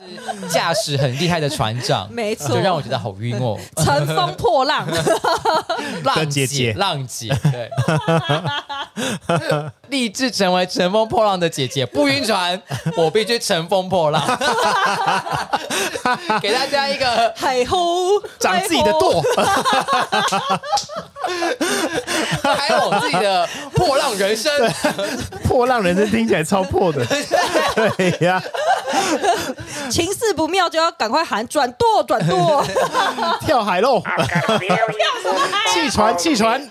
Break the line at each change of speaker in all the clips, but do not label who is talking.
驾驶很厉害的船长，
没错
就让我觉得好晕哦。
乘风破 浪，
浪
姐姐
浪姐，对， 立志成为乘风破浪的姐姐，不晕船，我必须乘风破浪， 给大家一个
海吼，
长自己的
舵，
舵，
还有我自己的破浪人生，
破浪人生听起来超破的。对呀，
情势不妙就要赶快喊转舵，转舵。
跳海喽！弃船，弃船。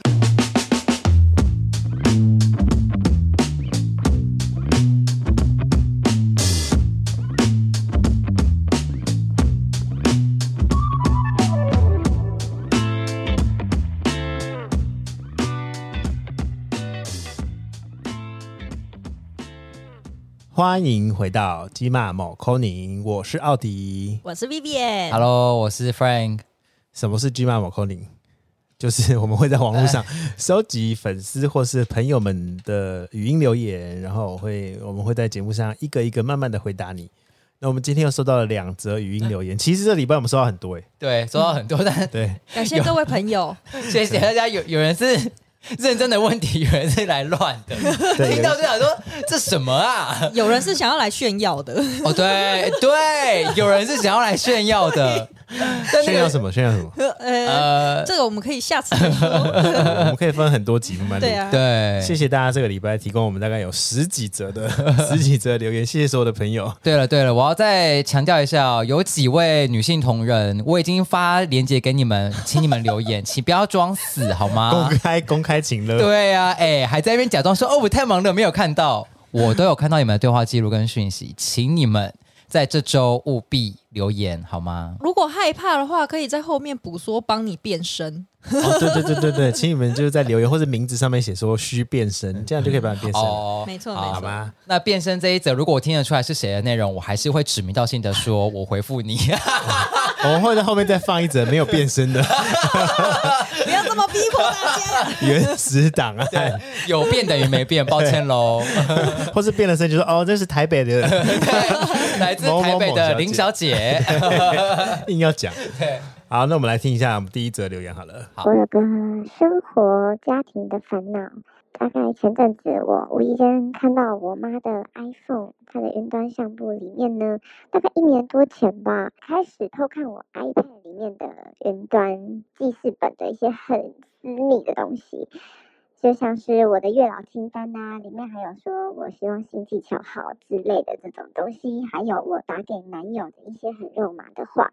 欢迎回到吉马某扣宁，我是奥迪。
我是 Vivian，
Hello，我是 Frank，
什么是 G 马某 c o 就是我们会在网络上
哎
收集粉丝或是朋友们的语音留言，然后我会我们会在节目上一个一个慢慢的回答你。那我们今天又收到了两则语音留言，其实这礼拜我们收到很多诶、欸
对，收到很多，但
对，
感谢各位朋友，
谢谢大家，有有人是认真的问题，有人是来乱的，
对
听到就想说这什么啊？
有人是想要来炫耀的，
哦，对对，有人是想要来炫耀的， 但那个
炫耀 什么？炫耀什么？
呃，
呃，
这个我们可以下次再说。
我们可以分很多集慢慢录
对。啊，
对，
呃谢谢大家这个礼拜提供我们大概有十几则 的十几则留言，谢谢所有的朋友。
对了对了，我要再强调一下哦，有几位女性同仁，我已经发链接给你们，请你们留 言，请不要装死好吗
公？开公开请了，
啊对呀、啊，哎，还在那边假装说哦，我太忙了，没有看到，我都有看到你们的对话记录跟讯息，请你们在这周务必留言好吗？
如果害怕的话，可以在后面补说帮你变身。
哦对对对对对，请你们就是在留言或者名字上面写说需 变身，这样就可以把它变身了。
哦
没错
好
没
好
错
吧，
那变身这一则，如果我听得出来是谁的内容，我还是会指名道姓的说，我回复你。
我们会在后面再放一则没有变身 的
不要这么逼迫 大家。
原始档案，
有变等于没变，抱歉 喽。
或是变了身就说哦，这是台北的，
对来自台北的林小姐，
硬要讲。
对
好，那我们来听一下我们第一则留言好了。
好
我有个生活家庭的烦恼。大概前阵子，我无意间看到我妈的 iPhone，它的云端相簿里面呢，大概一年多前吧，开始偷看我 iPad 里面的云端记事本的一些很私密的东西，就像是我的月老清单呐、里面还有说我希望性技巧好之类的这种东西，还有我打给男友的一些很肉麻的话。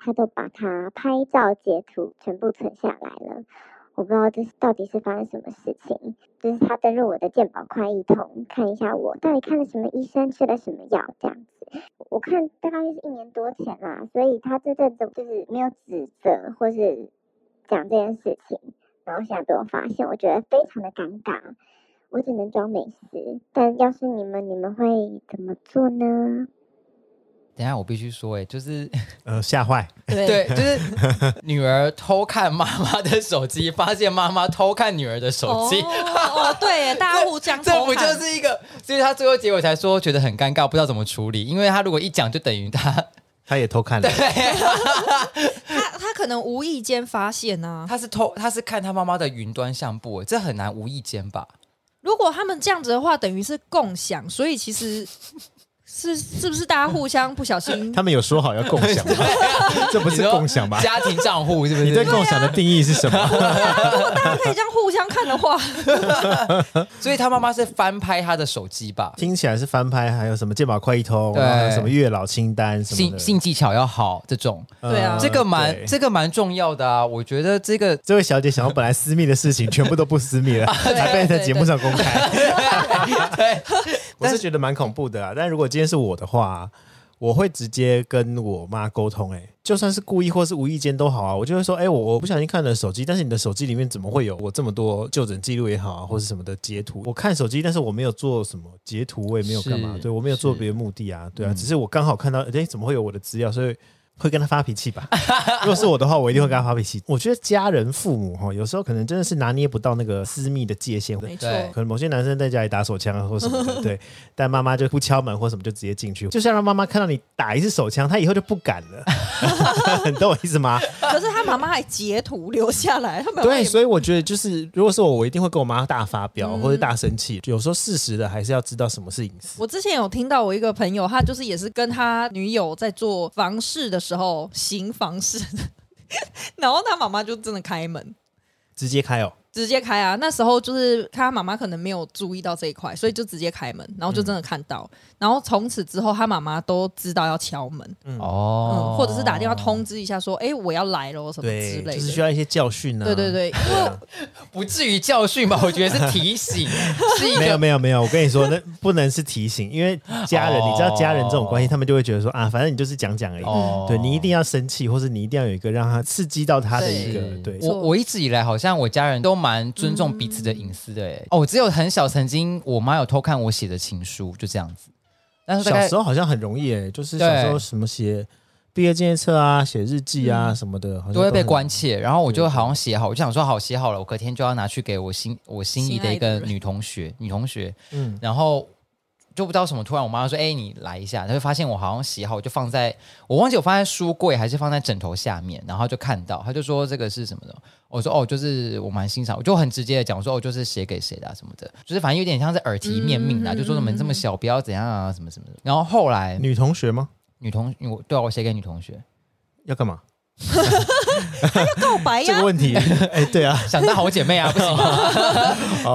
他都把它拍照截图全部存下来了。我不知道这是到底是发生什么事情，就是他登入我的健保快易通，看一下我到底看了什么医生，吃了什么药这样子。我看大概是一年多前啦，所以他这阵子就是没有指责或是讲这件事情，然后现在被我发现，我觉得非常的尴尬。我只能装没事，但要是你们，你们会怎么做呢？
等一下我必须说、哎，就是
呃，吓坏，
对，
对，就是女儿偷看妈妈的手机，发现妈妈偷看女儿的手
哦
机。
哦，对耶，大家互 相
这
偷
不就
看
是一个？所以他最后结尾才说觉得很尴尬，不知道怎么处理。因为他如果一讲，就等于他
他也 偷看了，
他他可能无意间发现啊。
他是偷，他是看他妈妈的云端相簿、哎这很难无意间吧？
如果他们这样子的话，等于是共享，所以其实 是是不是大家互相不小 心
他们有说好要共享吗？ 这不
不
是共享吧？
家庭账户是不
你对
是？
共享的定义是什
啊
么？
大家可以这样互相看的 话，
所以他妈妈是翻拍他的手机吧？
听起来是翻拍，还有什么健保快一通，
对
然后还有什么月老清单什么
性
的。
性技巧要好，这种
呃
对啊
这个蛮
对
这个蛮重要的啊，我觉得这个
这位小姐想要本来私密的事情，全部都不私密了，才被在节目上公开。
对
我是觉得蛮恐怖的啊。但如果今天是我的话，啊我会直接跟我妈沟通、欸，就算是故意或是无意间都好啊，我就会说，哎、我我不小心看了手机，但是你的手机里面怎么会有我这么多就诊记录也好啊，或是什么的截图？我看手机，但是我没有做什么截图，我也没有干嘛，
是
对我没有做
是嗯
别的目的啊，对啊，只是我刚好看到，哎、怎么会有我的资料？所以会跟他发脾气吧。 如果是我的话，我一定会跟他发脾气。我觉得家人、父母哈，有时候可能真的是拿捏不到那个私密的界限。
没错，
对
可能某些男生在家里打手枪啊，或什么的，对，但妈妈就不敲门或什么就直接进去，就是要让妈妈看到你打一次手枪，她以后就不敢了， 你懂我意思吗？
可是他妈妈还截图留下来，他妈妈
对，嗯
也
所以我觉得就是，如果是我，我一定会跟我妈大发飙、或者大生气。有时候适时的还是要知道什么是隐私。
我之前有听到我一个朋友，他就是也是跟他女友在做房事的时候行房事， 然后他妈妈就真的开门。
直接开哦，
直接开啊！那时候就是他妈妈可能没有注意到这一块，所以就直接开门，然后就真的看到，然后从此之后他妈妈都知道要敲门，
哦
嗯，或者是打电话通知一下说，哎、我要来喽什么之
对，
类的。
就是需要一些教训啊。
对对对，因 为
不至于教训吧？我觉得是提 醒，是一
没有
个
没有没有，我跟你说，那不能是提醒，因为家人，
哦
你知道家人这种关系，他们就会觉得说啊，反正你就是讲讲而已。
哦
对你一定要生气，或是你一定要有一个让他刺激到他的一个
是
对。
我我一直以来好像我家人都蛮尊重彼此的隐私的哎、哦，我只有很小曾经我妈有偷看我写的情书，就这样子。但呃是大概
小时候好像很容易诶、就是小
对嗯
时候什么写毕业纪念册啊、写日记啊什么的，好像
都会被
很
关切，然后我就好像写好，我就想说好写好了，我隔天就要拿去给我心我心仪的一
心爱
个
的人
女同学，女同学，
嗯
然后就不知道什么，突然我妈说：“哎、你来一下。”她就发现我好像洗好，我就放在我忘记我放在书柜还是放在枕头下面，然后就看到，她就说这个是什么的。我说：“哦，就是我蛮欣赏，我就很直接的讲，我说哦，就是写给谁的、啊、什么的，就是反正有点像是耳提面命啦、
嗯嗯嗯
就说你们这么小不要怎样啊，什么什么的。”然后后来
女同学吗？
女同我对啊，我写给女同 学，
要干嘛？
告白
这
呀
个，问题，哎、对啊，
想当好姐妹啊，不行吗？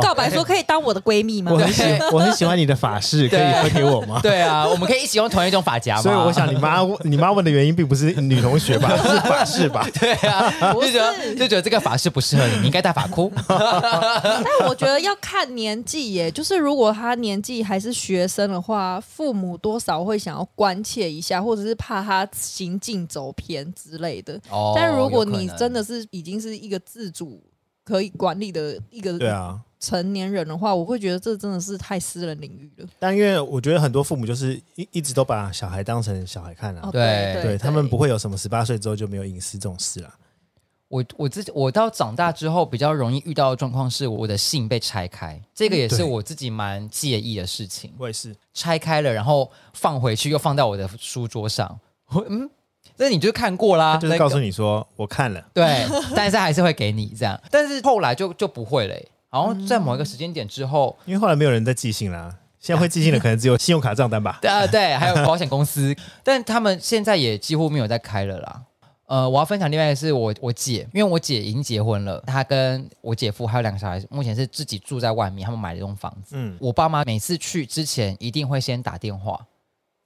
告白说可以当我的闺蜜吗
我？很喜我很喜欢你的法式，可以
对
分给我吗？
对啊，我们可以一起用同一种发夹吗？
所以我想你妈你妈问的原因并不是女同学吧，是法式吧？
对啊，
不
就是觉得就觉得这个法式不适合你，你应该戴发 箍。
但我觉得要看年纪耶， 就是如果他年纪还是学生的话，父母多少会想要关切一下，或者是怕他行径走偏之类的。
哦
但如果
有可
你
能
真的是已经是一个自主可以管理的一
对
个
啊，
成年人的话，我会觉得这真的是太私人领域了。
但因为我觉得很多父母就是一一直都把小孩当成小孩看啊，
哦，
对
对
对他们不会有什么十八岁之后就没有隐私这种事
啊
了。
我我自己，我到长大之后比较容易遇到的状况是，我的信被拆开，这个也是
对
我自己蛮介意的事情。
我也是，
拆开了，然后放回去，又放到我的书桌上。 我嗯，那你就看过啦，
就是
啊那
告
个
诉你说我看了，
对， 但是还是会给你这样。但是后来就就不会了欸、好像在某一个时间点之后，
因为后来没有人在寄信啦，现在会寄信的可能只有信用卡账单吧。
对啊，对，还有保险公司，但他们现在也几乎没有在开了啦。呃，我要分享另外一个是我我姐，因为我姐已经结婚了，她跟我姐夫还有两个小孩，目前是自己住在外面，他们买了一栋房子。
嗯，
我爸妈每次去之前一定会先打电话。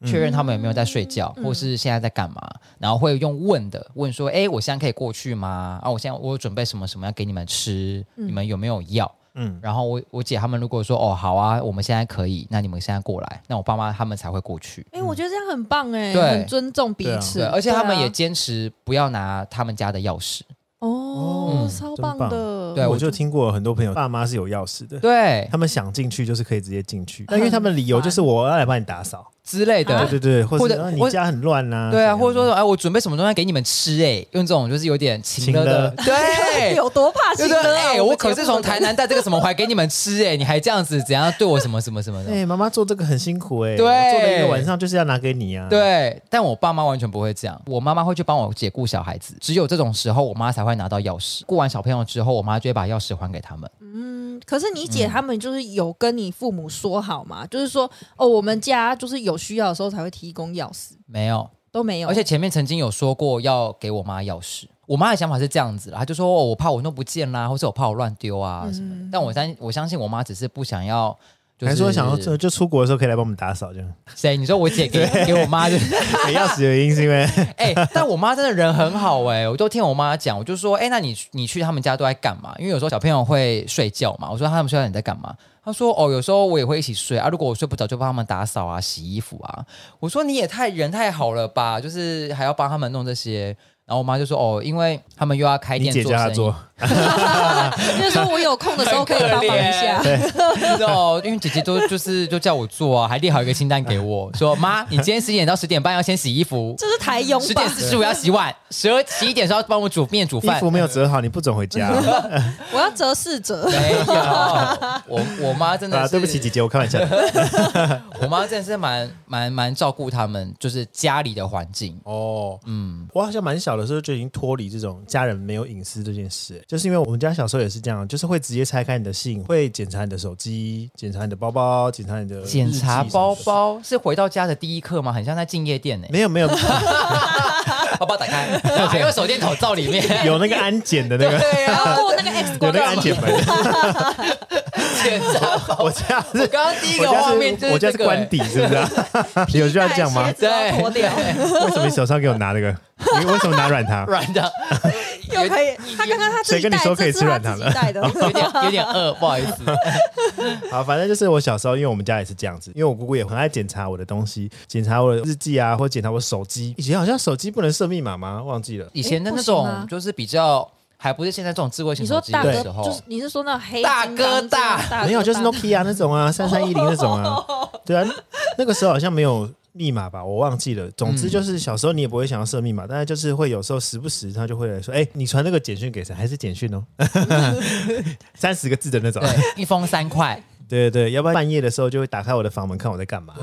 确认他们有没有在睡觉，
嗯
或是现在在干嘛，然后会用问的问说：“哎、我现在可以过去吗？啊，我现在我有准备什么什么要给你们吃，
嗯
你们有没有要？”
嗯，
然后我我姐他们如果说哦好啊，我们现在可以，那你们现在过来，那我爸妈他们才会过去。
哎、我觉得这样很棒哎、
对
很尊重彼此，
对，而且他们
对啊
也坚持不要拿他们家的钥匙。
哦、
嗯
超
真
棒
棒
的，
对
我就听过很多朋友爸妈是有钥匙的，
对
他们想进去就是可以直接进去，但因为他们理由就是
很
我要来帮你打扫，
之类的，
啊
对对对，或
或
者
者
啊你
或
家很乱呐，
对
怎
啊，
样
或者说哎，我准备什么东西给你们吃，哎，用这种就是有点情了的， 对，
哎有多怕
就
新
是
的啊、
哎、我可是从
节目
台
的人
南带这个什么回来给你们吃、哎，你还这样子怎样对我什么什么什么 的，
哎，妈妈做这个很辛苦哎，
对
我做了一个晚上就是要拿给你啊，，
对，但我爸妈完全不会这样，我妈妈会去帮我姐顾小孩子，只有这种时候我妈才会拿到钥匙，顾完小朋友之后，我妈就会把钥匙还给他们。
嗯，可是你姐他们就是有跟你父母说好吗？就是说哦，我们家就是有需要的时候才会提供钥匙，
没有，
都没有，
而且前面曾经有说过要给我妈钥匙，我妈的想法是这样子啦，她就说、哦我怕我弄不见啦，或者我怕我乱丢啊什么的。但我相我相信我妈只是不想要，就是
还说想要就就出国的时候可以来帮我们打扫 这样，
谁？你说我姐 给给我妈就是
没钥匙的原因是因为。
哎、但我妈真的人很好哎、我都听我妈讲，我就说，哎、那你去你去他们家都在干嘛？因为有时候小朋友会睡觉嘛，我说他们睡觉你在干嘛？她说，哦，有时候我也会一起睡啊，如果我睡不着就帮他们打扫啊、洗衣服啊。我说你也太人太好了吧，就是还要帮他们弄这些。然后我妈就说，哦，因为他们又要开
你
店
姐
做
叫
生
他
意，
做，
就是说我有空的时候可以帮忙一下
很。哦，因为姐姐都就是就叫我做啊，还列好一个清单给我，说妈，你今天十点到十点半要先洗衣服，
这是台佣
十
吧
点？四十五要洗碗，十二十一点是要帮我煮面煮
衣
饭
服。没有折好，你不准回家啊
我要折四折。
没 有，我我妈真的
啊！
是，
对不起，姐姐，我开玩笑的。
我妈真的是蛮蛮蛮照顾他们，就是家里的环境。
哦，嗯，我好像蛮小的时候就已经脱离这种家人没有隐私这件事，欸就是因为我们家小时候也是这样，就是会直接拆开你的信，会检查你的手机，检查你的包包，检查你呃的日记
检查包
什么的。
包是回到家的第一课吗？很像在进夜店呢、
没有没有，
包包打开，还有手电筒照里面，
有那个安检的那 个，
对
然
啊，
后过那个 X
有那
光
个安检门。
检查包。
我家是，
我刚刚第一个
我家
画面就是
我家
这
是
个
官邸，是不是啊？ 有需要这样吗
皮带鞋？子要脱掉，
为什么你手上给我拿那个？你为什么拿软糖？
软的，
又可以。他刚刚他自
谁
己
跟你
带，
说可以
这
吃
是他
软糖
自
的
己带的。
有点有点饿，不好意 思。
好，反正就是我小时候，因为我们家也是这样子，因为我姑姑也很爱检查我的东西，检查我的日记啊，或检查我手机。以前好像手机不能设密码吗？忘记了。
以前的那
诶不行吗
种就是比较，还不是现在这种智慧型
你
手
说
机
大
的
哥
时候，
就是你是说那种黑
大
金
哥
刚
大
这种
没有，就是
大
Nokia 那种啊，三三一零那种啊，对啊，那个时候好像没有密码吧，我忘记了。总之就是小时候你也不会想要设密码，但是就是会有时候时不时他就会来说，哎、你传那个简讯给谁？还是简讯哦， 三十个字的那种。
对，一封三块。
对对对，要不然哦半夜的时候就会打开我的房门看我在干嘛，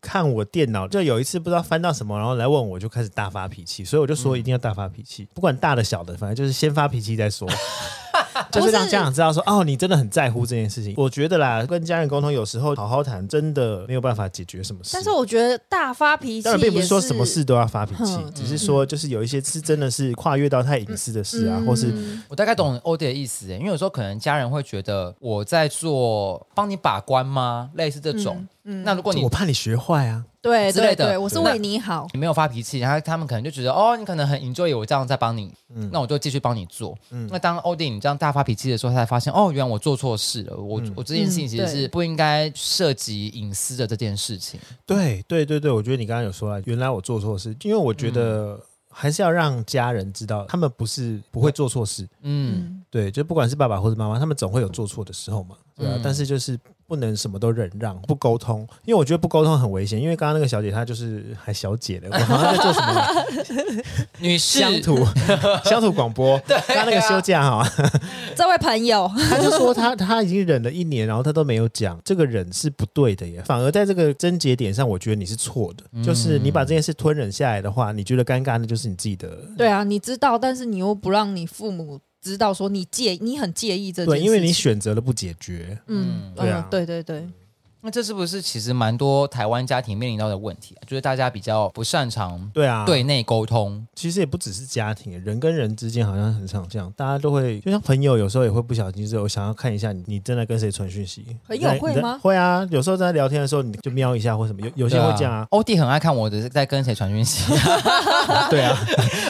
看我电脑。就有一次不知道翻到什么，然后来问我，就开始大发脾气，所以我就说一定要大发脾气， 不管大的小的，反正就是先发脾气再 说。就是让家长知道说，哦，你真的很在乎这件事情。我觉得啦，跟家人沟通有时候好好谈，真的没有办法解决什么事。
但是我觉得大发脾气，
当然并不是说什么事。都要发脾气，
嗯嗯
只是说就是有一些是真的是跨越到太隐私的事啊，或是
我大概懂欧弟的意思，因为有时候可能家人会觉得我在做帮你把关吗？类似这种。
嗯
那如果你
我怕你学坏啊。
对
之类
对
的
对，我是
那
为你 好。
你没有发脾气，然后他们可能就觉得哦，你可能很 enjoy 我这样在帮你，那我就继续帮你做。那当欧弟你这样大发脾气的时候，他才发现哦，原来我做错事了，我、我这件事情其实
嗯
是
对
不应该涉及隐私的这件事情。
对对对对，我觉得你刚刚有说啊，原来我做错事，因为我觉得还是要让家人知道，他们不是不会做错事，
嗯，
嗯，
对，就不管是爸爸或是妈妈，他们总会有做错的时候嘛，对啊。
嗯
但是就是不能什么都忍让，不沟通，因为我觉得不沟通很危险。因为刚刚那个小姐她就是还小姐了，我好像在做什么
女士
乡土乡土广播，对、她那个休假哈、
这位朋友，
他就说他他已经忍了一年，然后他都没有讲，这个忍是不对的耶。反而在这个症结点上，我觉得你是错的，
嗯
就是你把这件事吞忍下来的话，你觉得尴尬，那就是你自己的。
对啊，你知道，但是你又不让你父母知道，说你介，你很介意这件事
对，
情，
因为你选择了不解决，
嗯，
对啊
嗯对对对，
那这是不是其实蛮多台湾家庭面临到的问题啊？就是大家比较不擅长
对啊，，
对内沟通，
其实也不只是家庭，人跟人之间好像很常这样，大家都会，就像朋友有时候也会不小心，就我想要看一下你你正在跟谁传讯息，
朋友
你在
会
你在
吗
会啊，有时候在聊天的时候你就瞄一下或什么，有有些人会这 样啊，
欧弟很爱看我的在跟谁传讯 息，
对啊，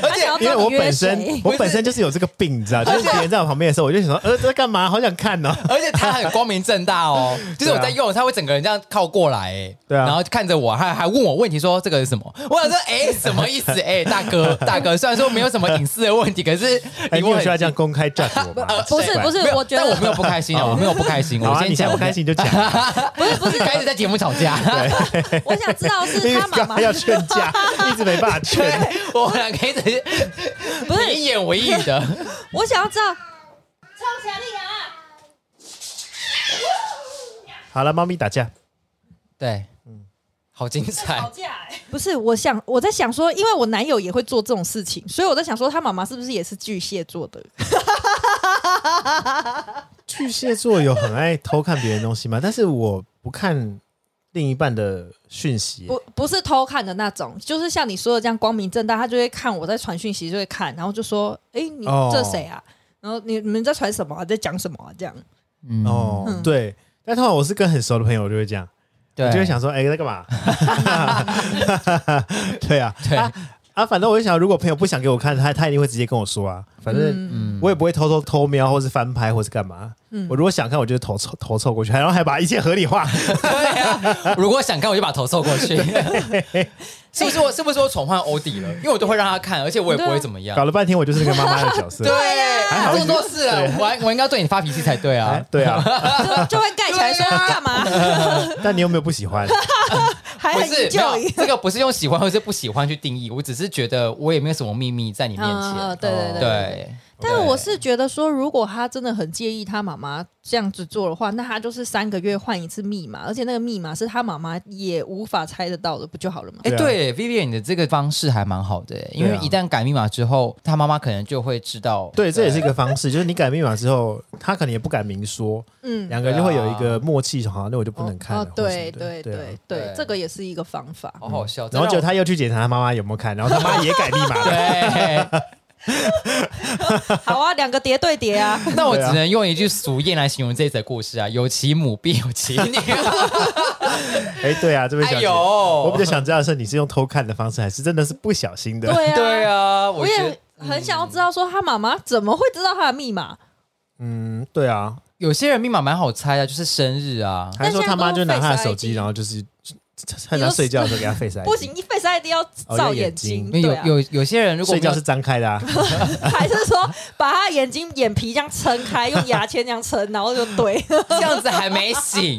而且
因为我本身我
不是
本身就是有这个病，你知道，就是别人在我旁边的时候，我就想说，呃，这在干嘛？好想看哦。
而且他很光明正大 哦，就是我
对啊
在用，他会整个人这样靠过来，哎，
对啊
然后看着我，还还问我问题，说这个是什么？我想说，哎，什么意思？哎，大哥，大哥，虽然说没有什么隐私的问题，可是
哎，你
问
有需要这样公开 judge 我吗？
不是
奇怪
不是
没，有
我觉
但我
得
没有不开心啊，
哦
我没有不开心，
好
我
啊，
先
你现
讲
在
我
不开心就讲，
不是不是 开始在节目吵架，
我想知道
因
是
为
他妈
刚
妈
刚要劝架，一直没办法
对
劝。
我们两个一直
不是
你一言我一语的。
嗯
我想要知道，
好了，猫咪打架，
对，嗯，好精彩，
不是我想我在想说，因为我男友也会做这种事情，所以我在想说他妈妈是不是也是巨蟹座的？
巨蟹座有很爱偷看别人东西吗？但是我不看另一半的讯息。
不不是偷看的那种，就是像你说的这样光明正大，他就会看我在传讯息，就会看，然后就说：“哎、你、
哦
这谁啊？然后你你们在传什么、啊？在讲什么、啊？这样
哦，
哦
嗯，
对。但通常我是跟很熟的朋友，我就会这样，
对，
我就会想说，哎，在干嘛？对啊，
对
啊啊，反正我就想，如果朋友不想给我看，他他一定会直接跟我说啊。反正
嗯，
我也不会偷偷偷瞄，或是翻拍，或是干嘛。
嗯
我如果想看，我就头凑头凑过去，然后还把一切合理化。
对啊， 如果想看我就把头凑过去。 是不是我是不是我宠坏欧弟了？因为我都会让他看，而且我也不会怎么样
搞。了半天，我就是那个妈妈的角色。
啊 对
还好
啊，做错事了，我还我应该对你发脾气才对
哎
啊。
对啊，
就就会盖起来 说
对啊
干嘛，
但你有没有不喜欢？
还
不
很
是，没
旧
有这个不是用喜欢或是不喜欢去定义，我只是觉得我也没有什么秘密在你面
啊，
前。
对对对
哦对，
但我是觉得说，如果他真的很介意他妈妈这样子做的话，那他就是三个月换一次密码，而且那个密码是他妈妈也无法猜得到的，不就好了吗？
哎、
对啊
对，Vivian 你的这个方式还蛮好的，因
对
为
啊
一旦改密码之后，他妈妈可能就会知道。
对，这也是一个方式，就是你改密码之后，他可能也不敢明说，
嗯，
两个人就会有一个默契，好，那我就不能看了。
哦，对
或什么的
对对
啊
对
啊对，
这个也是一个方法。
好好笑。
然后结
就
果他又去检查他妈妈有没有看，然后他妈也改密码了。
对，
好啊，两个叠对叠啊，
那我只能用一句俗谚来形容这一则故事啊：有其母必有其女。
哎，对啊，这位小
哎
姐，
呦，
我
我
比较想知道的是，你是用偷看的方式，还是真的是不小心的？
对啊，
对啊，我
我
觉得
也很想要知道说他妈妈怎么会知道他的密码？
嗯，对啊，
有些人密码蛮好猜的，就是生日啊。
还是说他妈就拿他的手机，
但现在都是 Face ID
然后就是趁他睡觉的时候给他 face ID，
不行，，一 Face ID 要
要
照
哎眼
眼睛，
睛
因为有、
对啊，
有有些人如果
睡
没
觉
有
是张开的啊。
还是说把他眼睛眼皮这样撑开，用牙签这样撑，然后就怼，
这样子还没醒，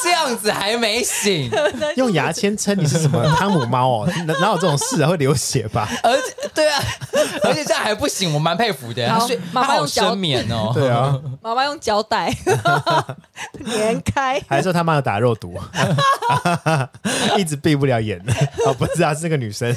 这样子还没醒，
用牙签撑你是什么汤姆猫哦？哪哪有这种事啊？会流血 吧？
而且对啊， 而且这样还不醒，我蛮佩服的。他
好
睡，
妈
他
妈
好
用脚
深眠 哦。
对啊，
妈妈用胶带粘开。
还是说他妈有打肉毒， 一直闭不了眼。哦，不是啊，是那个女生。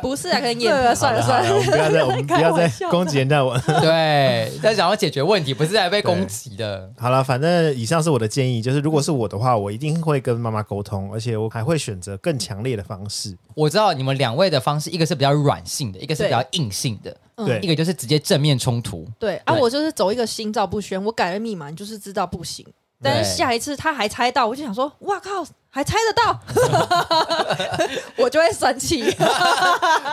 不是啊，可能眼皮算了
好
算
了，我们不要再我们不 要
开
再
玩笑
攻击人家我。
对，但想要解决问题，不是来被攻击的。
好了，反正以上是我的建议，就是如果是我的话，我一定会跟妈妈沟通，而且我还会选择更强烈的方式。
我知道你们两位的方式，一个是比较软性的，一个是比较硬性的，
嗯
一个
对，
就是直接正面冲突。
对啊，
对
我就是走一个心照不宣，我改了密码，你就是知道不行。但是
对
下一次他还猜到，我就想说，哇靠，还猜得到， 我就会生气。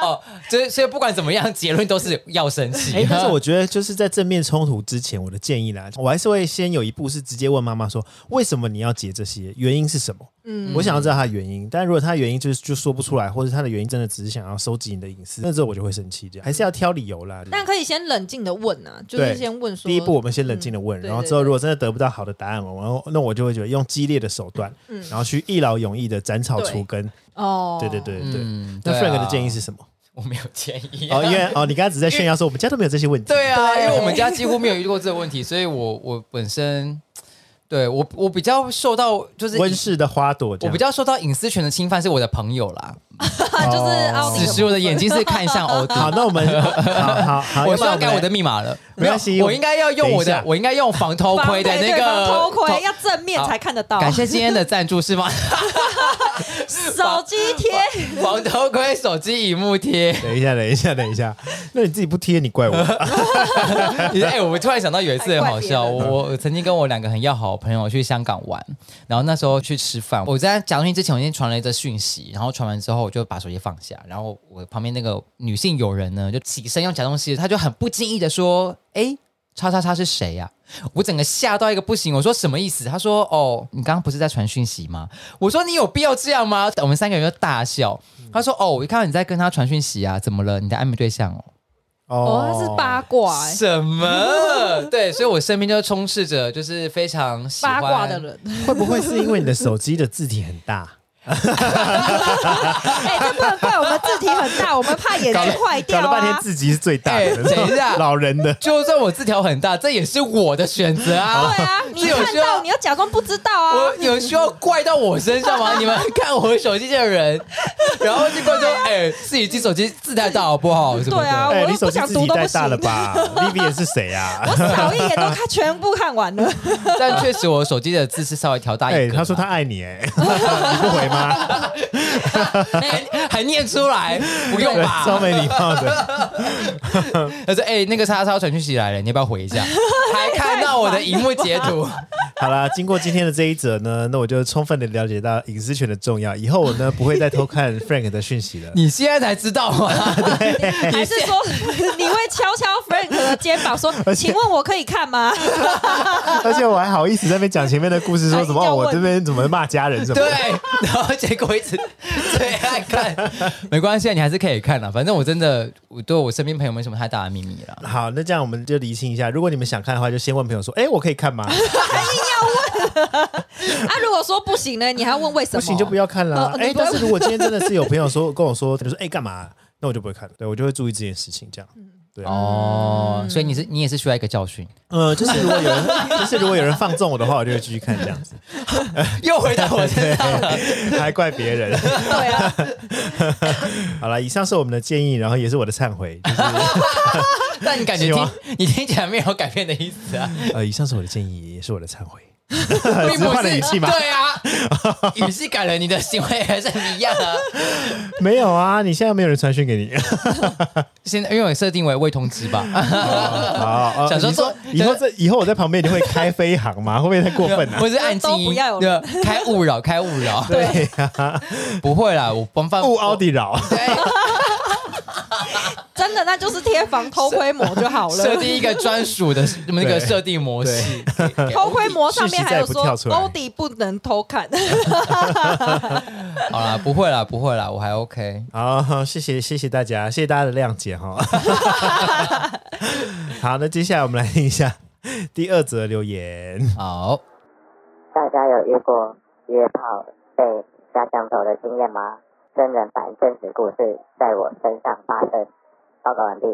哦，所以所以不管怎么样，结论都是要生气。
哎、但 是我觉得就是在正面冲突之前，我的建议啦，我还是会先有一步是直接问妈妈说，为什么你要结这些？原因是什么？
嗯，
我想要知道他的原因，但如果他的原因就是就说不出来，或者他的原因真的只是想要收集你的隐私，那时候我就会生气，这样还是要挑理由啦。
但可以先冷静的问啊，就是
对
先问说，
第一步，我们先冷静的问，
嗯对
然后之后如果真的得不到好的答案，我们那我就会觉得用激烈的手段，
嗯
然后去一劳永逸的斩草除根。
哦，
对对对对对。
嗯
那
对啊
Frank 的建议是什么？
我没有建议、
哦，因为哦，你刚刚只是在 炫耀说我们家都没有这些问题。
对啊，
啊对
因为我们家几乎没有遇过这个问题，所以我我本身对我我比较受到就是
温室的花朵这
我
样，
比较受到隐私权的侵犯是我的朋友啦。
就是
哦
奥
此
利
时我的眼睛是看 向欧弟。
好，那我们 好好好，
我需要
那
改我的密码了，
没关系
有我应该要用我
等一
的
下，
我应该用防偷窥的那
对
个
防偷窥，
偷
要正面才看得到。
感谢今天的赞助是吗？
手机贴，
防偷窥手机荧幕贴。
等一下，等一下，等一下，那你自己不贴，你 怪我。
哎、我突然想到有一次很好笑，
还怪别
我我曾经跟我两个很要好的朋友去香港玩，然后那时候去吃饭，我在讲东西之前，我先传了一则讯息，然后传完之后我就把手机放下，然后我旁边那个女性友人呢就起身要夹东西，她就很不经意的说：“哎、叉叉叉是谁呀、我整个吓到一个不行，我说什么意思？她说：“哦，你刚刚不是在传讯息吗？”我说：“你有必要这样吗？”我们三个人就大笑。她说：“哦，我一看到你在跟他传讯息啊，怎么了？你的暧昧对象哦。”
哦，他是八卦，哎
什 么？对，所以我身边就充斥着就是非常喜欢
八卦的。人，
会不会是因为你的手机的字体很 大？
哎，这不能怪我们字体很大，我们怕眼睛坏
搞
掉
了半天
啊。
自己是最大的，
哎等一下
老人的。
就算我字条很大，这也是我的选择啊。
对啊，你
这有
看
需要
到你要假装不知道啊
我。有需要怪到我身上 吗？你们看我手机的人，然后就怪说，哎、自己记手机字太大好不好？什么的
对啊
哎，
我
你
又
手
不
机
想
字体
读都
太
不
大
行
了。 吧？Vivian 是谁啊？
我扫一眼都看全部看完了，
但确实我手机的字是稍微调大一
哎，
点。
他说他爱你，哎，你不回吗？
还哎还念出 来，不用
超
吧？
没礼貌的。
他说，哎、那个叉叉传讯息来了，你要不要回一下？还看到我的荧幕截图，
好啦，经过今天的这一则呢，那我就充分的了解到隐私权的重要。以后我呢不会再偷看 Frank 的讯息 了。
你现在才知道吗？
还是说你会敲敲 Frank 的肩膀说：“请问我可以看吗啊
而且我还好意思在那边讲前面的故事，说什么
哎
还硬要
哦我
问
这边怎么骂家人什么
对
的。，
然后结果一直最爱看， 没关系，啊，你还是可以看啦。反正我真的，我对我身边朋友没什么太大的秘密啦。
好，那这样我们就厘清一下，如果你们想看的话，就先问朋友说：“哎、我可以看吗？”？”
啊，如果说不行呢，你还要问为什
不
么？
行就不要看啦。
哦
哎、
你不
但是如果今天真的是有朋友说跟我说，他就说：“哎、干嘛？”那我就不会看了，对我就会注意这件事情。这样，对，
哦，所以你是你也是需要一个教训，
呃，就是如果有人， 就是如果有人放纵我的话，我就会继续看这样子，
又回到我身上了。
还怪别人。
对啊，
好了，以上是我们的建议，然后也是我的忏悔，就是
但你感觉
希望
听你听起来没有改变的意思啊，
呃，以上是我的建议，也是我的忏悔。
并
只
不
换了
是
语气吗
对 啊，语气改了，你的行为还是很一样啊。
没有啊，你现在没有人传讯给你。
现在因为我设定为未通知 吧，
好，呃
哦想说
你说
做
以后这以后我在旁边你会开飞航吗？会不会太过分啊？
或是按静
都
音
不要有，
对，开勿扰，开勿 扰，
啊
对呀、
不会啦，呃我帮放
勿奥迪扰。
真的那就是贴防偷窥膜就好
设
了。
定一个专属的那么那个
对
设定模式，给给
偷窥膜上面还有
讯息再也不
说
跳出来
欧迪不能偷看，
好啦，不会啦，不会啦，我还 OK。
好，谢谢谢谢大家，谢谢大家的谅解哈。 好，那接下来我们来听一下第二则留言。
好，
大家有遇过约炮被抓枪头的经验吗？真人版真实故事在我身上发生。报告完毕。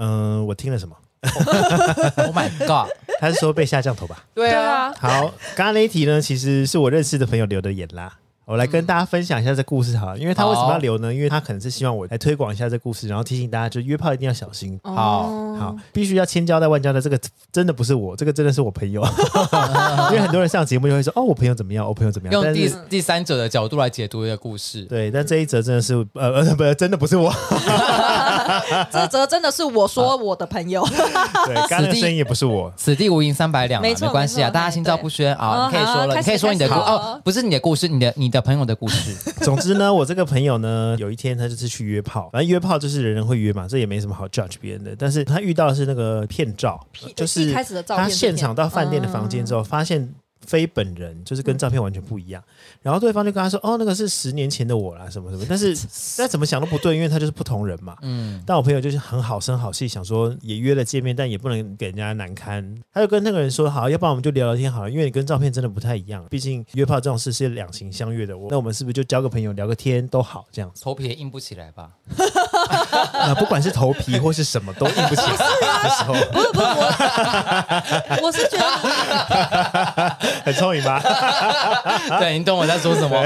嗯、我听了什么？
Oh my god，
他是说被下降头吧？
对
啊，
好，刚刚那一题呢，其实是我认识的朋友留的言啦。我来跟大家分享一下这故事好了，因为他为什么要留呢？因为他可能是希望我来推广一下这故事，然后提醒大家，就约炮一定要小心。
好
好，必须要千交代万交代，这个真的不是我，这个真的是我朋友。 因为很多人上节目就会说，哦，我朋友怎么样，我朋友怎么样，
用
但
第
是
第三者的角度来解读一个故事，
对，但这一则真的是呃呃不，真的不是 我。
这则真的是我说我的朋友，
对，刚刚那个声音也不是 我。
此地无银三百两啊，
没错
没关系啊，
没错
大家心照不宣啊。
嗯
你可以说了，
好
你可以说你的故
开始开始
哦，不是你的故事，你的你的朋友的故 事。
总之呢，我这个朋友呢，有一天他就是去约炮，反正约炮就是人人会约嘛，这也没什么好 judge 别人的。但是他遇到的是那个骗照呃
骗，呃
就是
一开始的照片哦
他现场到饭店的房间之后，发现非本人，就是
嗯
跟照片完全不一样。然后对方就跟他说：“哦，那个是十年前的我啦，什么什么。” 但是那怎么想都不对，因为他就是不同人嘛。
嗯，
但我朋友就是很好声好气，想说也约了见面，但也不能给人家难堪。他就跟那个人说：“好，要不然我们就聊聊天好了，因为你跟照片真的不太一样。毕竟约炮这种事是两情相悦的，我那我们是不是就交个朋友聊个天都好 这样子？
头皮也硬不起来吧？
啊、不管是头皮或是什么都硬不 起来的时候，
不啊是不是我， 我是觉得啊
很聪明吧？
对，你懂我在说什么？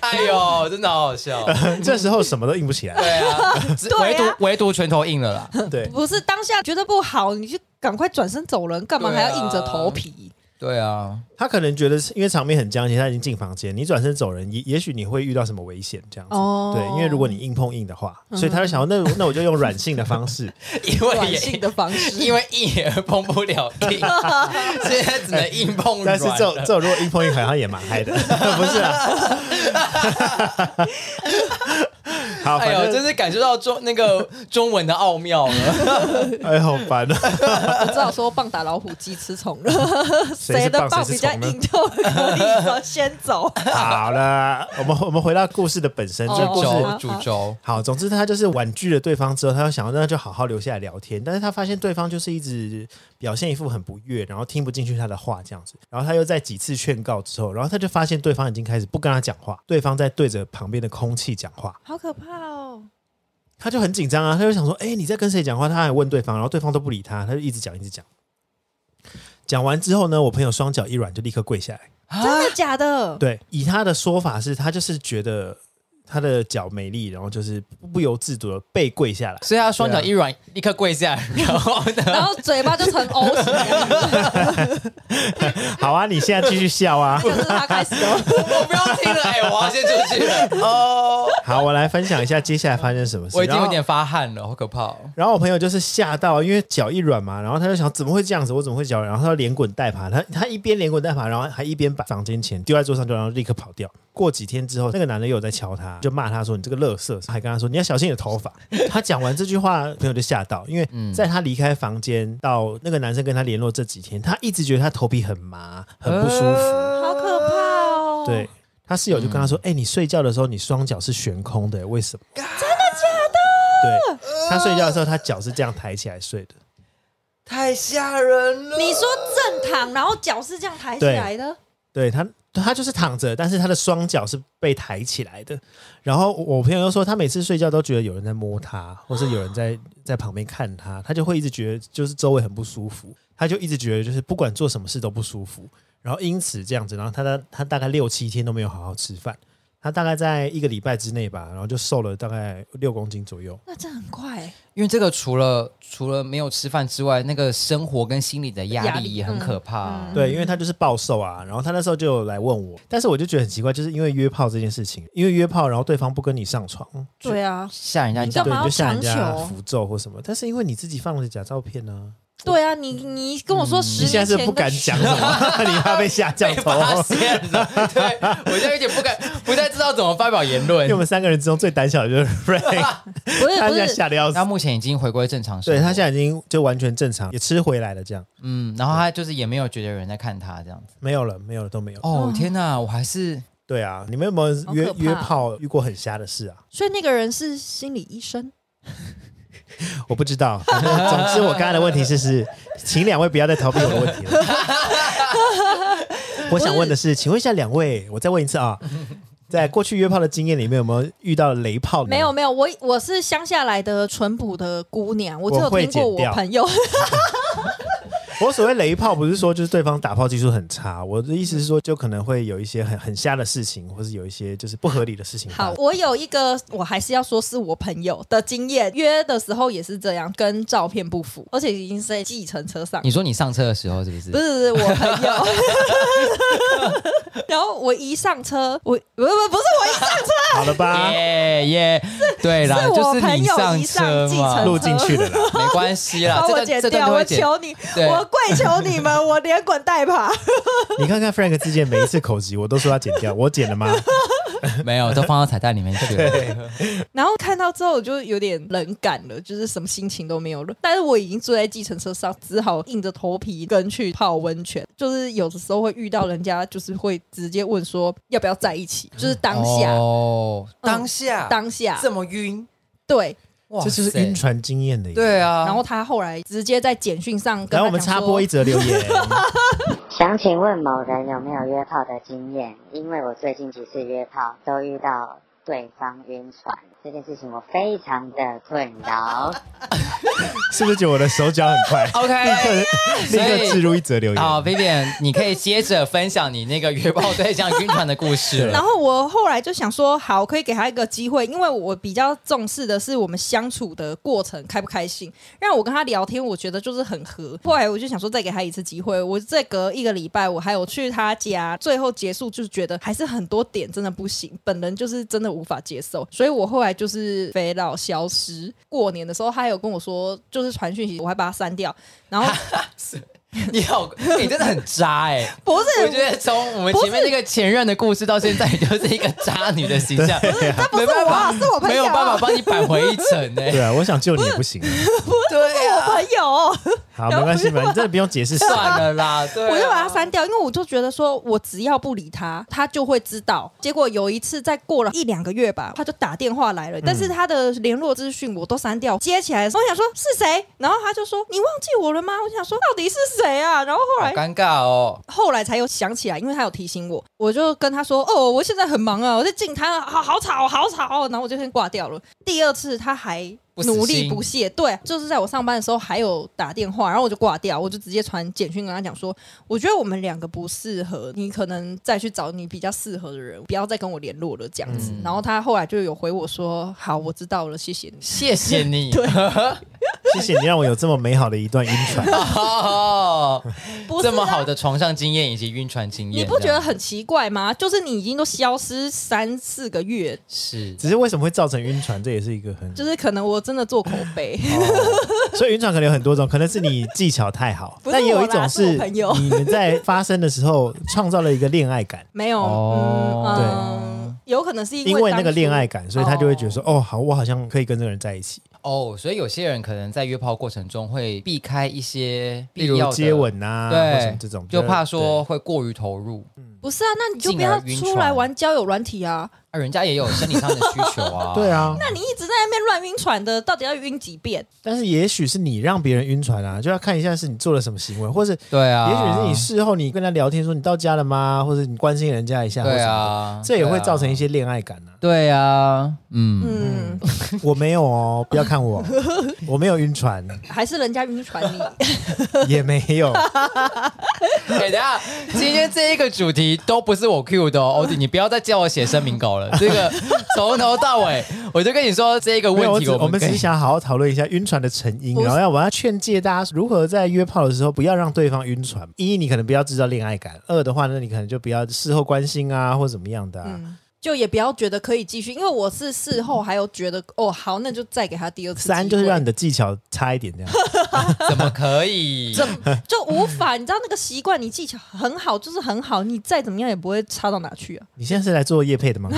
哎呦，真的好好 笑。
这时候什么都硬不起来，
对啊，只
对啊
唯独唯独拳头硬了啦。
对。
不是当下觉得不好，你就赶快转身走人，干嘛
对
还
啊
要硬着头皮？
对啊，
他可能觉得是因为场面很僵，而且他已经进房间，你转身走人，也也许你会遇到什么危险这样子。
哦
对，因为如果你硬碰硬的话，所以他就想说，那那我就用软性的方式，
因为
啊
软
也
性的方式，
因为硬而碰不了 硬，现在只能硬碰
但
软
是这种这种如果硬碰硬，好像也蛮嗨的， 不是啊？好，
哎
反
呦，
正
真是感受到中那个中文的奥妙了。
哎呦，好 烦啊！
我知道说棒打老虎，鸡吃虫了，
谁是
的
棒
棒
谁
比
是
较
虫呢
硬 就可以说先走。
好了，我们我们回到故事的本身，这个 故
主
哦
事
轴，主轴，
好，总之他就是婉拒了对方之后，他就想要那就好好留下来聊天，但是他发现对方就是一直表现一副很不悦，然后听不进去他的话这样子，然后他又在几次劝告之后，然后他就发现对方已经开始不跟他讲话，对方在对着旁边的空气讲话，
好可怕 哦！
他就很紧张啊，他就想说，哎、你在跟谁讲话？他还问对方，然后对方都不理他，他就一直讲，一直讲。讲完之后呢，我朋友双脚一软就立刻跪下来。
真的假的？
对，以他的说法是，他就是觉得她的脚没力，然后就是不由自主的被跪下来。
所以他双脚一软，立刻跪下， 然后
啊
然
呢，
后嘴巴就成 O 型了，
好啊，你现在继续笑啊。
就是他开始了。
我不要听了，哎、我要先出去了。哦，
好，我来分享一下接下来发生什么事。
我已经
然后
有点发汗了，好可怕、哦。
然后我朋友就是吓到，因为脚一软嘛，然后他就想怎么会这样子，我怎么会脚软？然后他连滚带爬，他他一边连滚带爬，然后还一边把房间钱丢在桌上，就然后立刻跑掉。过几天之后，那个男的又有在敲他，就骂他说：“你这个乐色！”还跟他说：“你要小心你的头发。” 他讲完这句话，朋友就吓到，因为在他离开房间到那个男生跟他联络这几天，他一直觉得他头皮很麻，很不舒服。
好可怕哦！
对他室友就跟他说：“哎、你睡觉的时候你双脚是悬空的，为什么？”真的假的？对，他睡觉的时候他脚是这样抬起来睡的。
太吓人了！
你说正躺，然后脚是这样抬起来的，
对他，他就是躺着，但是他的双脚是被抬起来的。然后我朋友又说，他每次睡觉都觉得有人在摸他，或是有人在在旁边看他，他就会一直觉得就是周围很不舒服，他就一直觉得就是不管做什么事都不舒服。然后因此这样子，然后他他他大概六七天都没有好好吃饭，他大概在一个礼拜之内吧，然后就瘦了大概六公斤左右。
那这很快欸。
因为这个除了除了没有吃饭之外，那个生活跟心理的压
压
力
力
也很
嗯
可怕、啊
对，因为他就是暴瘦啊，然后他那时候就有来问我，但是我就觉得很奇怪，就是因为约炮这件事情，因为约炮，然后对方不跟你上床，
对啊，
吓人家一
你
跳
干
对，
嘛
你就吓人家
要强求
符咒或什么。但是因为你自己放了假照片呢、
对啊，你你跟我说十
嗯你现
年
在是
前
不敢
跟
讲什 么， 你怕被下降
被
头。
发现了，对我现在有点不敢，不太知道怎么发表言论
因为我。们三个人之中最胆小的就是 Ray，
不是
他
不
现在
是，
吓得要死
他。目前已经回归正常生活，
对他现在已经就完全正常，也吃回来了，这样
嗯，然后他就是也没有觉得有人在看他这样子。
没有了，没有了，都没有。
哦天哪，我还是
对啊，你们有没有约
好可怕
约炮遇过很瞎的事啊？
所以那个人是心理医生，
嗯我不知道。 反正总之，我刚才的问题是是，请两位不要再逃避我的问题了。 我想问的是，请问一下两位，我再问一次 啊，在过去约炮的经验里面，有没有遇到雷炮呢？
没有没有，我我是乡下来的淳朴的姑娘，我只
我
有
会
听过
剪掉
我朋 友，
我所谓雷炮，不是说就是对方打炮技术很差，我的意思是说，就可能会有一些很很瞎的事情，或是有一些就是不合理的事情发
好，
生。
我有一个，我还是要说是我朋友的经验，约的时候也是这样，跟照片不符，而且已经是在计程车上
你。说你上车的时候是不是？
不是不是我朋友， 然后我一上车，我不不不是我一上车，
好了吧，
耶耶，对啦，
是
就
我
是
朋
你
友
上
一
车
上计
嘛
程，
录进去了啦。
没关系啦，
帮
这
我
段
剪
这段
掉，
都
我
会剪。
求你，
对
我跪求你们，我连滚带爬。
你看看 Frank 之前每一次口急，我都说要剪掉，我剪了吗？
没有，都放到彩蛋里面去了。
然后看到之后，我就有点冷感了，就是什么心情都没有了。但是我已经坐在计程车上，只好硬着头皮跟去泡温泉。就是有的时候会遇到人家，就是会直接问说要不要在一起，就是当下、
哦，
嗯
当下，
当下
这么晕，
对。
哦哇
这就是
塞
晕船经验的。
对。啊，
然后他后来直接在简讯上跟他
然后我们
讲
插
说
播一则留言，
想请问某人有没有约炮的经验？因为我最近几次约炮都遇到对方晕船，这件事情我非常的困扰。
是不是觉得我的手脚很快？
哦
OK
立刻置入一则留言。
好，Vivian，你可以接着分享你那个约炮对象晕船的故事
然
了。
后我后来就想说，好，可以给他一个机会，因为我比较重视的是我们相处的过程开不开心。让我跟他聊天，我觉得就是很合。后来我就想说，再给他一次机会。我再隔一个礼拜，我还有去他家，最后结束就是觉得还是很多点真的不行，本人就是真的无法接受，所以我后来就是肥佬消失。过年的时候，他还有跟我说，就是传讯息，我还把他删掉。然后哦
你好，你真的很渣哎、
不是，
我觉得从我们前面那个前任的故事到现在，你就是一个渣女的形象，
他不是我啊，是我朋友啊，
没有办法帮你扳回一城哎、
对啊，我想救你也 不行。
对啊，
朋友。哦
好，没关系，反正真的不用解释。
算了啦，对啊、
我就把他删掉，因为我就觉得说，我只要不理他，他就会知道。结果有一次，再过了一两个月吧，他就打电话来
嗯
了，但是他的联络资讯我都删掉。接起来的时候，我想说是谁，然后他就说你忘记我了吗？我想说到底是谁啊？然后后
好
来。
尴尬哦。
后来才有想起来，因为他有提醒我，我就跟他说：“哦，我现在很忙啊，我在进摊啊，好好吵，好吵。”然后我就先挂掉了。第二次他还
不死
努力
心
不懈。对，就是哦在我上班的时候还有打电话，然后我就挂掉，我就直接传简讯跟他讲说，我觉得我们两个不适合，你可能再去找你比较适合的人，不要再跟我联络了这样子。
嗯
然后他后来就有回我说，好，我知道了，谢谢你。
谢谢你。
对
谢谢你让我有这么美好的一段晕 船。
哦，
不是
这
啊
么好的床上经验以及晕船经验，
你不觉
这
得
样
很奇怪吗？就是你已经都消失三四个月，
是？
只是为什么会造成晕船，这也是一个很哦
就是可能我真的做口 碑。
所以晕船可能有很多种，可能是你技巧太好，
不是
但也有一
我啦
种
是我
是
朋友
你们在发生的时候创造了一个恋爱感，
没有，
哦
嗯，嗯，有可能 是因为
因为那
当
个
初
恋爱感，所以他就会觉得说，哦，好，我好像可以跟这个人在一起，
哦，所以有些人可能在约炮过程中会避开一些
例
必
如
要的
接，吻啊，或什
对
么，这种，
就怕说会过于投入，
不是啊，那你就不
进而
要
晕
出来
船
玩交友软体啊！
啊，人家也有生理上的需求啊。
对对。啊，
那你一直在那边乱晕船的，到底要晕几遍？
但是也许是你让别人晕船啊，就要看一下是你做了什么行为，或是
对啊，
也许是你事后你跟他聊天说你到家了吗，或者你关心人家一下，或
对
什么
啊
的，，这也会造成一
些
些恋爱感啊。
对啊，嗯，
嗯，
我没有哦，不要看我，我没有晕船，
还是人家晕船你？
也没有。
哎，等一下，今天这一个主题都不是我 Q 的哦，欧弟，你不要再叫我写声明稿了。 这个从头到尾，我就跟你说这一个
没
问
有，我
题
只，我们只
可以
是想好好讨论一下晕船的成因，
不是
然后要我要劝诫大家如何在约炮的时候不要让对方晕船。一，你可能不要制造恋爱感；二的话呢，你可能就不要事后关心啊，或怎么样的、啊。
就也不要觉得可以继续，因为我是事后还有觉得哦，好，那就再给他第二次机会。
三就是让你的技巧差一点这样。
怎么可 以？
就无法，你知道那个习惯，你技巧很好，就是很好，你再怎么样也不会差到哪去啊！
你现在是来做叶配的吗？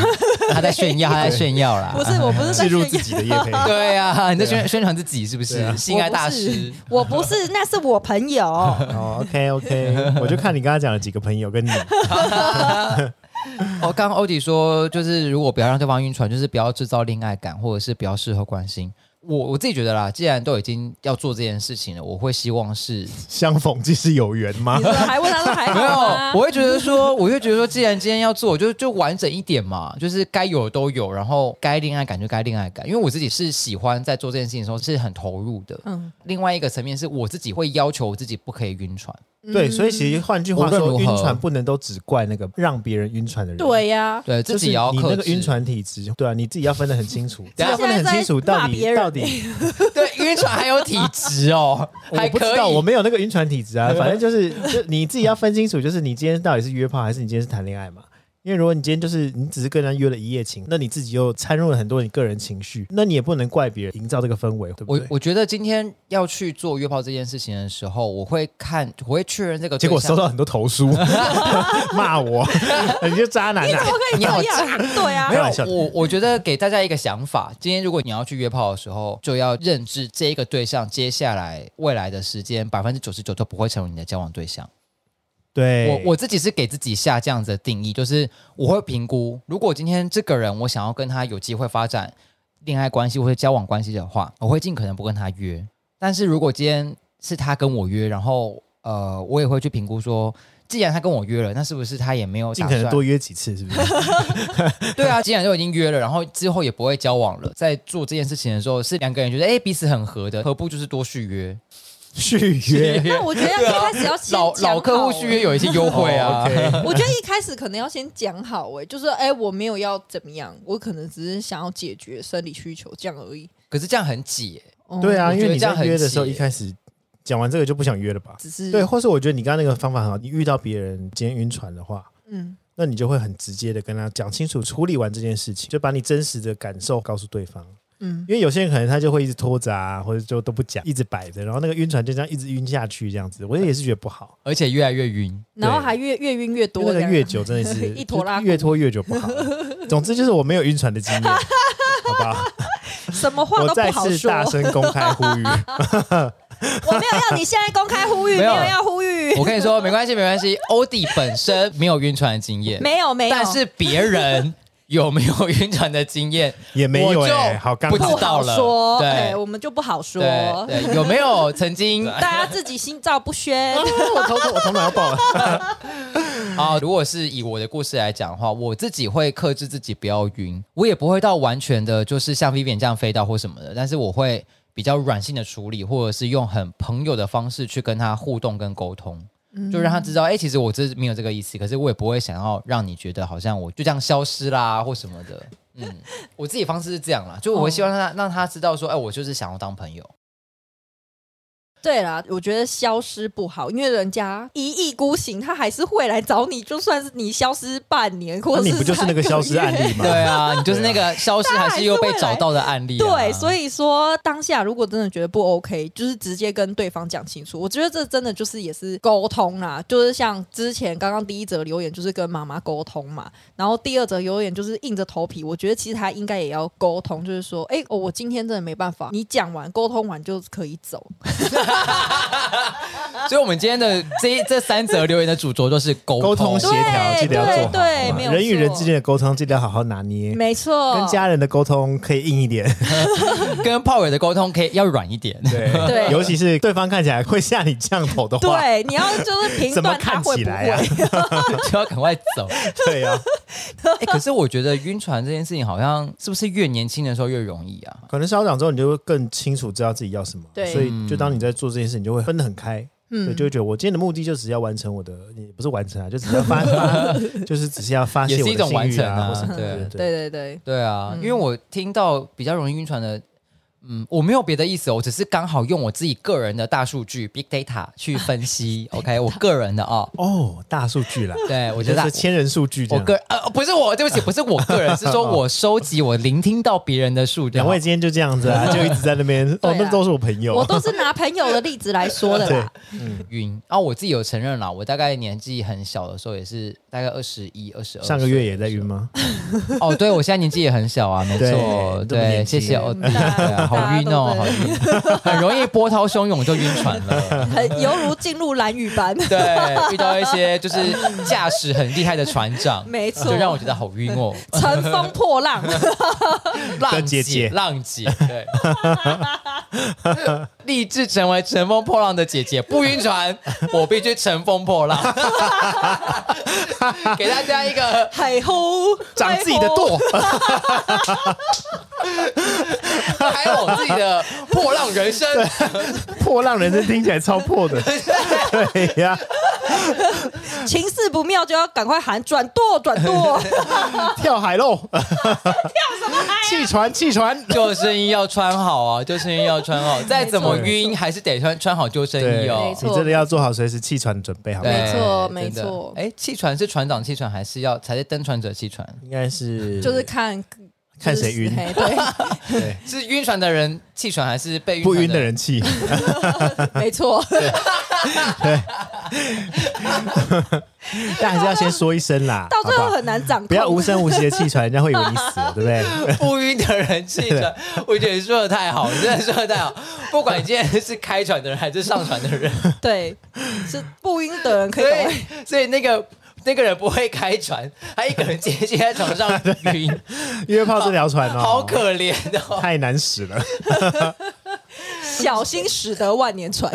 他在炫耀，他在炫耀啦。
不是，我 不是在
啊置入
炫
自
耀
己的叶配。
对啊，你在宣宣传自己是不
啊
是？性爱大师，
我不是，我不是，那是我朋友。
哦，OK OK，我就看你刚刚讲了几个朋友跟你，
哦，刚刚欧迪说，就是如果不要让对方晕船，就是不要制造恋爱感，或者是不要事后关心。我我自己觉得啦，既然都已经要做这件事情了，我会希望是
相逢即是有缘吗
你？说还问他说还哎好
没有
吗，
我会觉得说，我会觉得说，既然今天要做，就就完整一点嘛，就是该有的都有，然后该恋爱感就该恋爱感。因为我自己是喜欢在做这件事情的时候是很投入的。
嗯
另外一个层面是我自己会要求我自己不可以晕船。
对，所以其实换句话
嗯无论
说，
如
晕
何
船不能都只怪那个让别人晕船的人。
对呀、
对
就
自己
是
也要
你
克
那个
制
晕船体质，对啊，你自己要分得很清 楚，自
等一下
己要分得很清楚
现在在
到
骂别
底
人
到底，
对，晕船还有体质哦，还
我不
可
知
以。
道，我没有那个晕船 体质啊，反正就是就你自己要分清楚，就是你今天到底是约炮还是你今天是谈恋爱嘛。因为如果你今天就是你只是跟人家约了一夜情，那你自己又掺入了很多你个人情绪，那你也不能怪别人营造这个氛围，对不
我
对？
我觉得今天要去做约炮这件事情的时候，我会看，我会确认这个对
结果
象
收到很多投 诉，骂我， 你就渣男
你怎
啊
么！可以
你好
这样？对啊
没，有
开玩笑，的
我我觉得给大家一个想法，今天如果你要去约炮的时候，就要认知这一个对象，接下来未来的时间百分之九十九都不会成为你的交往对象。
对，
我我自己是给自己下这样子的定义，就是我会评估，如果今天这个人我想要跟他有机会发展恋爱关系或者交往关系的话，我会尽可能不跟他约。但是如果今天是他跟我约，然后呃，我也会去评估说，既然他跟我约了，那是不是他也没有
尽
打
可
算
能多约几次，是 不是？
对啊，既然都已经约了，然后之后也不会交往了，在做这件事情的时候，是两个人觉得哎、诶彼此很合的，何不就是多续约？
续约。
那我觉得
对
要一
啊
开始要先
老
讲
老客户
好欸
续约有一些优惠啊。
哦，OK
我觉得一开始可能要先讲好、哎，就是哎、我没有要怎么样，我可能只是想要解决生理需求这样而已。
可是这样很挤、
哦
对啊，
我
因
觉
为
得
你
这样
在
很
约的
气
时候一
耶
开始讲完这个就不想约了吧？
只是
对，或是我觉得你刚刚那个方法很好，你遇到别人今天晕船的话，
嗯，
那你就会很直接的跟他讲清楚，处理完这件事情，就把你真实的感受告诉对方。
嗯
嗯，因为有些人可能他就会一直拖着啊，或者就都不讲，一直摆着，然后那个晕船就这样一直晕下去，这样子，我也是觉得不好。
而且越来越 晕。
然后
对
还越越晕越
因为
多
那
这
个
样，
越久真的是
一坨拉
就越拖越 久不好。总之就是我没有晕船的经验，好不好？
什么 话
我
都不
再
好
次
说。
大声公开呼 吁，
我没有要你现在公开呼吁，没
没有
有要呼吁，
我跟你说，没关系，没关系。欧弟本身没有晕船的经验，
没有没有，
但是别人有没有晕船的经验
也没有
我就
哎、好尴
不
不
知
尬。
道
好
了
说，
对
哎我们就不好说。
对对，有没 有曾经？
大家自己心照不宣。
我头我头脑要爆了。
啊、如果是以我的故事来讲的话，我自己会克制自己不要晕，我也不会到完全的，就是像 Vivian 这样飞到或什么的，但是我会比较软性的处理，或者是用很朋友的方式去跟他互动跟沟通。就让他知道，哎、其实我这没有这个意思，可是我也不会想要让你觉得好像我就这样消失啦或什么的。 嗯，我自己方式是这样啦，就我会希望他、让他知道说，哎、我就是想要当朋友。
对啦，我觉得消失不好，因为人家一意孤行，他还是会来找你，就算是你消失半年，或者
那啊你不就是那个消失 案例 吗？
对啊，你就是那个消失 还是又被找到的案例、啊。
对，所
以
以说当下如果真的觉得不 OK，就是直接跟对方讲清楚。我觉得这真的就是也是沟通啦，就是像之前刚刚第一则留言就是跟妈妈沟通嘛，然后第二则留言就是硬着头皮。我觉得其实他应该也要沟通，就是说，哎、哦，我今天真的没办法，你讲完沟通完就可以走。
所以我们今天的这一这三则留言的主轴都是沟
沟通协调
对
记得要做
对
好，
对
好吗
没有
啊人与人
错
之间的沟通记得要好好拿捏，
没错，
跟家人的沟通可以硬一点，
跟炮友的沟通可以要软一点。
对，
对
尤其是对方看起来会吓你降头的话，
对，你要就是评
怎么
断他
看
会
起
不
来啊
会。
就要赶快走。
对啊，
哎、可是我觉得晕船这件事情好像是不是越年轻的时候越容易啊？
可能稍长之后，你就会更清楚知道自己要什么，
对
所以就当你在做这件事，你就会分得很开。对，
嗯
就会觉得我今天的目的就只是要完成我的，也不是完成啊，就只是要发，发就是只是要发泄
也
我
是
的
一种完成啊
啊，或什么的
对
对
对对对，
对啊，因为我听到比较容易晕船的，嗯，我没有别的意思哦，我只是刚好用我自己个人的大数据 big data 去分析。OK，我个人的哦，
哦，大数据啦，
对我
我
觉
觉
得
得是千人数据这
我
样
个。呃不是我，对不起，不是我 个人，是说我收集我聆听到别人的数据。
两位今天就这样子啊，就一直在那边
对
哦，
啊
那都是我朋友，
我都是拿朋友的例子来说的 啦。
晕，然、后我自己有承认啦，我大概年纪很小的时候也是大概二十一、二十二，
上个月也在晕吗？
哦，对，我现在年纪也很小啊，没错，
对这么
对，
年
谢
轻
谢欧弟，
嗯大
对
家
啊好晕哦，
大
好
家
晕，很容易波涛汹涌就晕船了。
很犹如进入蓝雨班。
对，遇到一些就是驾驶很厉害的船长，
没错
就让我觉得好晕哦，
乘风破浪，
浪
姐姐
浪姐，对， 立志成为乘风破浪的姐姐，不晕船，我必须乘风破浪，给大家一个
海吼，
长自己的
舵，
舵，
开往自己的破浪人生。
破浪人生听起来超破 的，对呀、
情势不妙就要赶快喊转舵，转 舵，
跳海喽！
哎
跳什么海、弃船，弃船！
救生衣要穿好啊，救生衣要穿好，再怎么晕还是得穿穿好救生衣
没
哦。
错
你真的要做好随时弃船的准备，好吗
对？
没错
真的
没错
哎，弃船是船长弃船，还是要才是登船者弃船？
应该是
就是看
看谁晕
就是嘿 对，
对
是晕船的人弃船，还是被
不
船
晕的？人弃，
没错，
但还是要先说一声啦，
到最
好
后
不好
很难掌控。
不要无声无息的弃船，人家会以为你死了，对不 对？
不晕的人弃船，我觉得你说的太好，你真的说的太好。不管你今天是开船的人还是上船的 人，
对，是不晕的人可以
所
赶快。
以所以那个那个人不会开船，他一个人直接在床上晕，
约炮这条船 哦，
好可怜哦。
太难 使了。
小心驶得万年 船，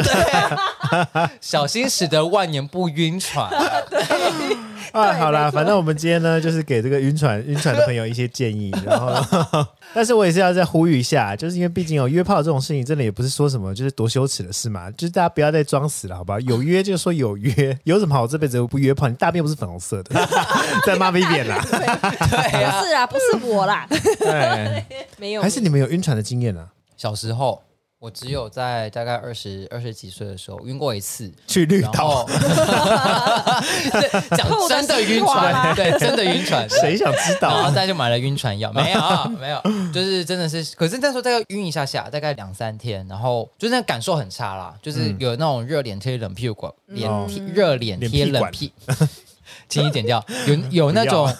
小心驶得万年不晕船。
啊，
对
好啦，
没错
反正我们今天呢，就是给这个晕船晕船的朋友一些建议，然后，但是我也是要再呼吁一下，就是因为毕竟有约炮这种事情，真的也不是说什么就是多羞耻的事嘛，就是大家不要再装死了，好吧？有约就说有约，有什么好我这辈子都不约炮？你大便不是粉红色的， 在骂 Vivian 啦，
对呀、
不是啊，不是我 啦，
对，
没有，
哎还是你们有晕船的经验啊？
小时候，我只有在大概二十二十几岁的时候晕过一次。
去绿
然
岛
后，， 对 讲真的晕船，对，真的晕船，
谁想知道
然后
啊？
再就买了晕船药， 没有啊没有，就是真的是，可是那时候大概晕一下下，大概两三天，然后就是那感受很差啦，
嗯
就是有那种热脸贴冷屁股，脸
哦
贴热脸贴冷屁， 轻一点掉，有有那种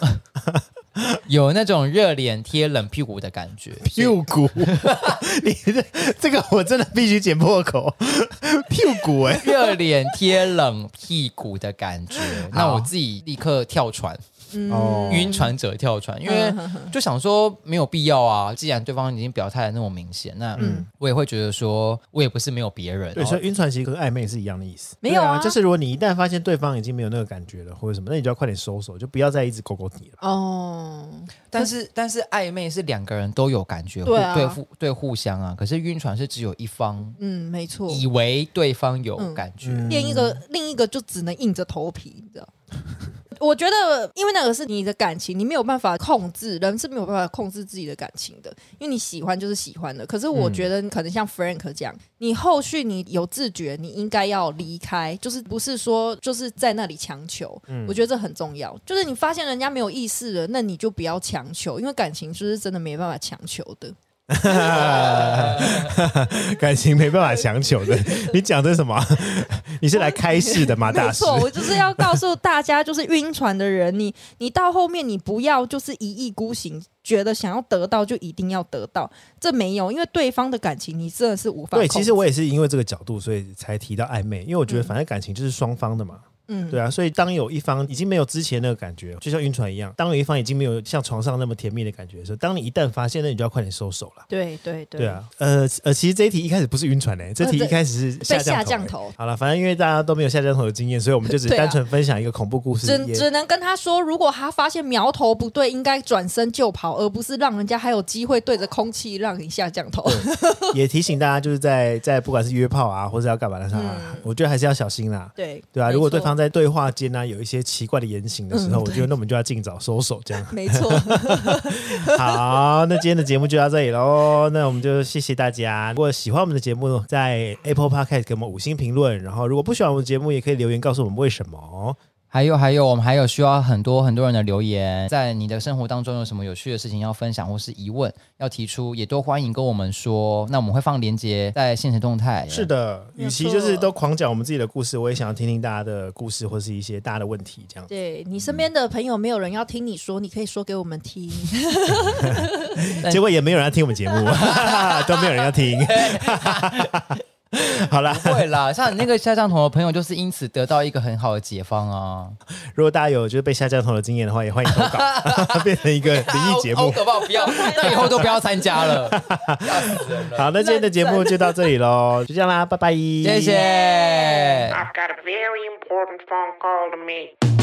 有那种热脸贴冷屁股的感觉，
屁 股， 你这这个我真的必须剪破口， 屁股哎、
热脸贴冷屁股的感觉，那我自己立刻跳船。
嗯
哦
晕船者跳船，因为
嗯哼哼
就想说没有必要啊。既然对方已经表态的那么明显，那
嗯
我也会觉得说，我也不是没有别人。哦
对，
然后
所以晕船其实跟暧昧是一样的意思。
没有
对啊，
啊
就是如果你一旦发现对方已经没有那个感觉了，或者什么，那你就要快点收手，就不要再一直勾勾你了。
哦，
但是但是暧昧是两个人都有感觉，
对啊
互对互对互相啊。可是晕船是只有一方
嗯，没错。
以为对方有
嗯
感觉，
嗯
另一个另一个就只能硬着头皮，你知道。我觉得，因为那个是你的感情，你没有办法控制，人是没有办法控制自己的感情的，因为你喜欢就是喜欢的。可是
嗯
我觉得，可能像 Frank 这样，你后续你有自觉，你应该要离开，就是不是说就是在那里强求。
嗯
我觉得这很重要，就是你发现人家没有意识了，那你就不要强求，因为感情就是真的没办法强求的。
感情没办法强 求的。你讲的是什么？ 你是来开示的吗，
没
啊大师？
错，我就是要告诉大家，就是晕船的人，你你到后面你不要就是一意孤行，觉得想要得到就一定要得到，这没有，因为对方的感情你真的是无法
对，
控
其
制
实我也是因为这个角度，所以才提到暧昧，因为我觉得反正感情就是双方的嘛。
嗯
对啊，所以当有一方已经没有之前那个感觉，就像晕船一样，当有一方已经没有像床上那么甜蜜的感觉的时候，当你一旦发现，那你就要快点收手了。
对对对
对啊，呃呃，其实这一题一开始不是晕船嘞、这题
呃对
一开始是
被下
下降头、欸
降头。
好了，反正因为大家都没有下降头的经验，所以我们就 只
对啊
单纯分享一个恐怖故事。
只
也
只能跟他说，如果他发现苗头不对，应该转身就跑，而不是让人家还有机会对着空气让你下降头。
也提醒大家，就是在在不管是约炮啊，或者要干嘛的啥、
嗯
我觉得还是要小心 啦。
对
对啊，如果对方
在，
在对话间呢、啊有一些奇怪的言行的时候，
嗯。
我觉得那我们就要尽早收手，这样
没错，
好，那今天的节目就到这里喽，那我们就谢谢大家。如果喜欢我们的节目，在 Apple Podcast 给我们五星评论，然后如果不喜欢我们的节目，也可以留言告诉我们为什么哦。
还有还有，我们还有需要很多很多人的留言，在你的生活当中有什么有趣的事情要分享或是疑问要提出，也都欢迎跟我们说。那我们会放链接在现实动态。
是，的，
没
与其
错
就是都狂讲我们自己的故事，我也想要听听大家的故事或是一些大家的问题，这样。
对你身边的朋友没有人要听你说，你可以说给我们听。
结果也没有人要听我 们节目， 都没有人要听。 好啦，
会啦， 像你那个下降头的朋友，就是因此得到一个很好的解放啊。
如果大家有就是被下降头的经验的话，也欢迎投 稿，变成一个灵异节
好
目。
可怕！不要，那以后都不要参加了。 吓死人了
好，那今天的节目就到这里喽，就这样啦，拜拜，
谢谢。
I've got a very important phone call to make.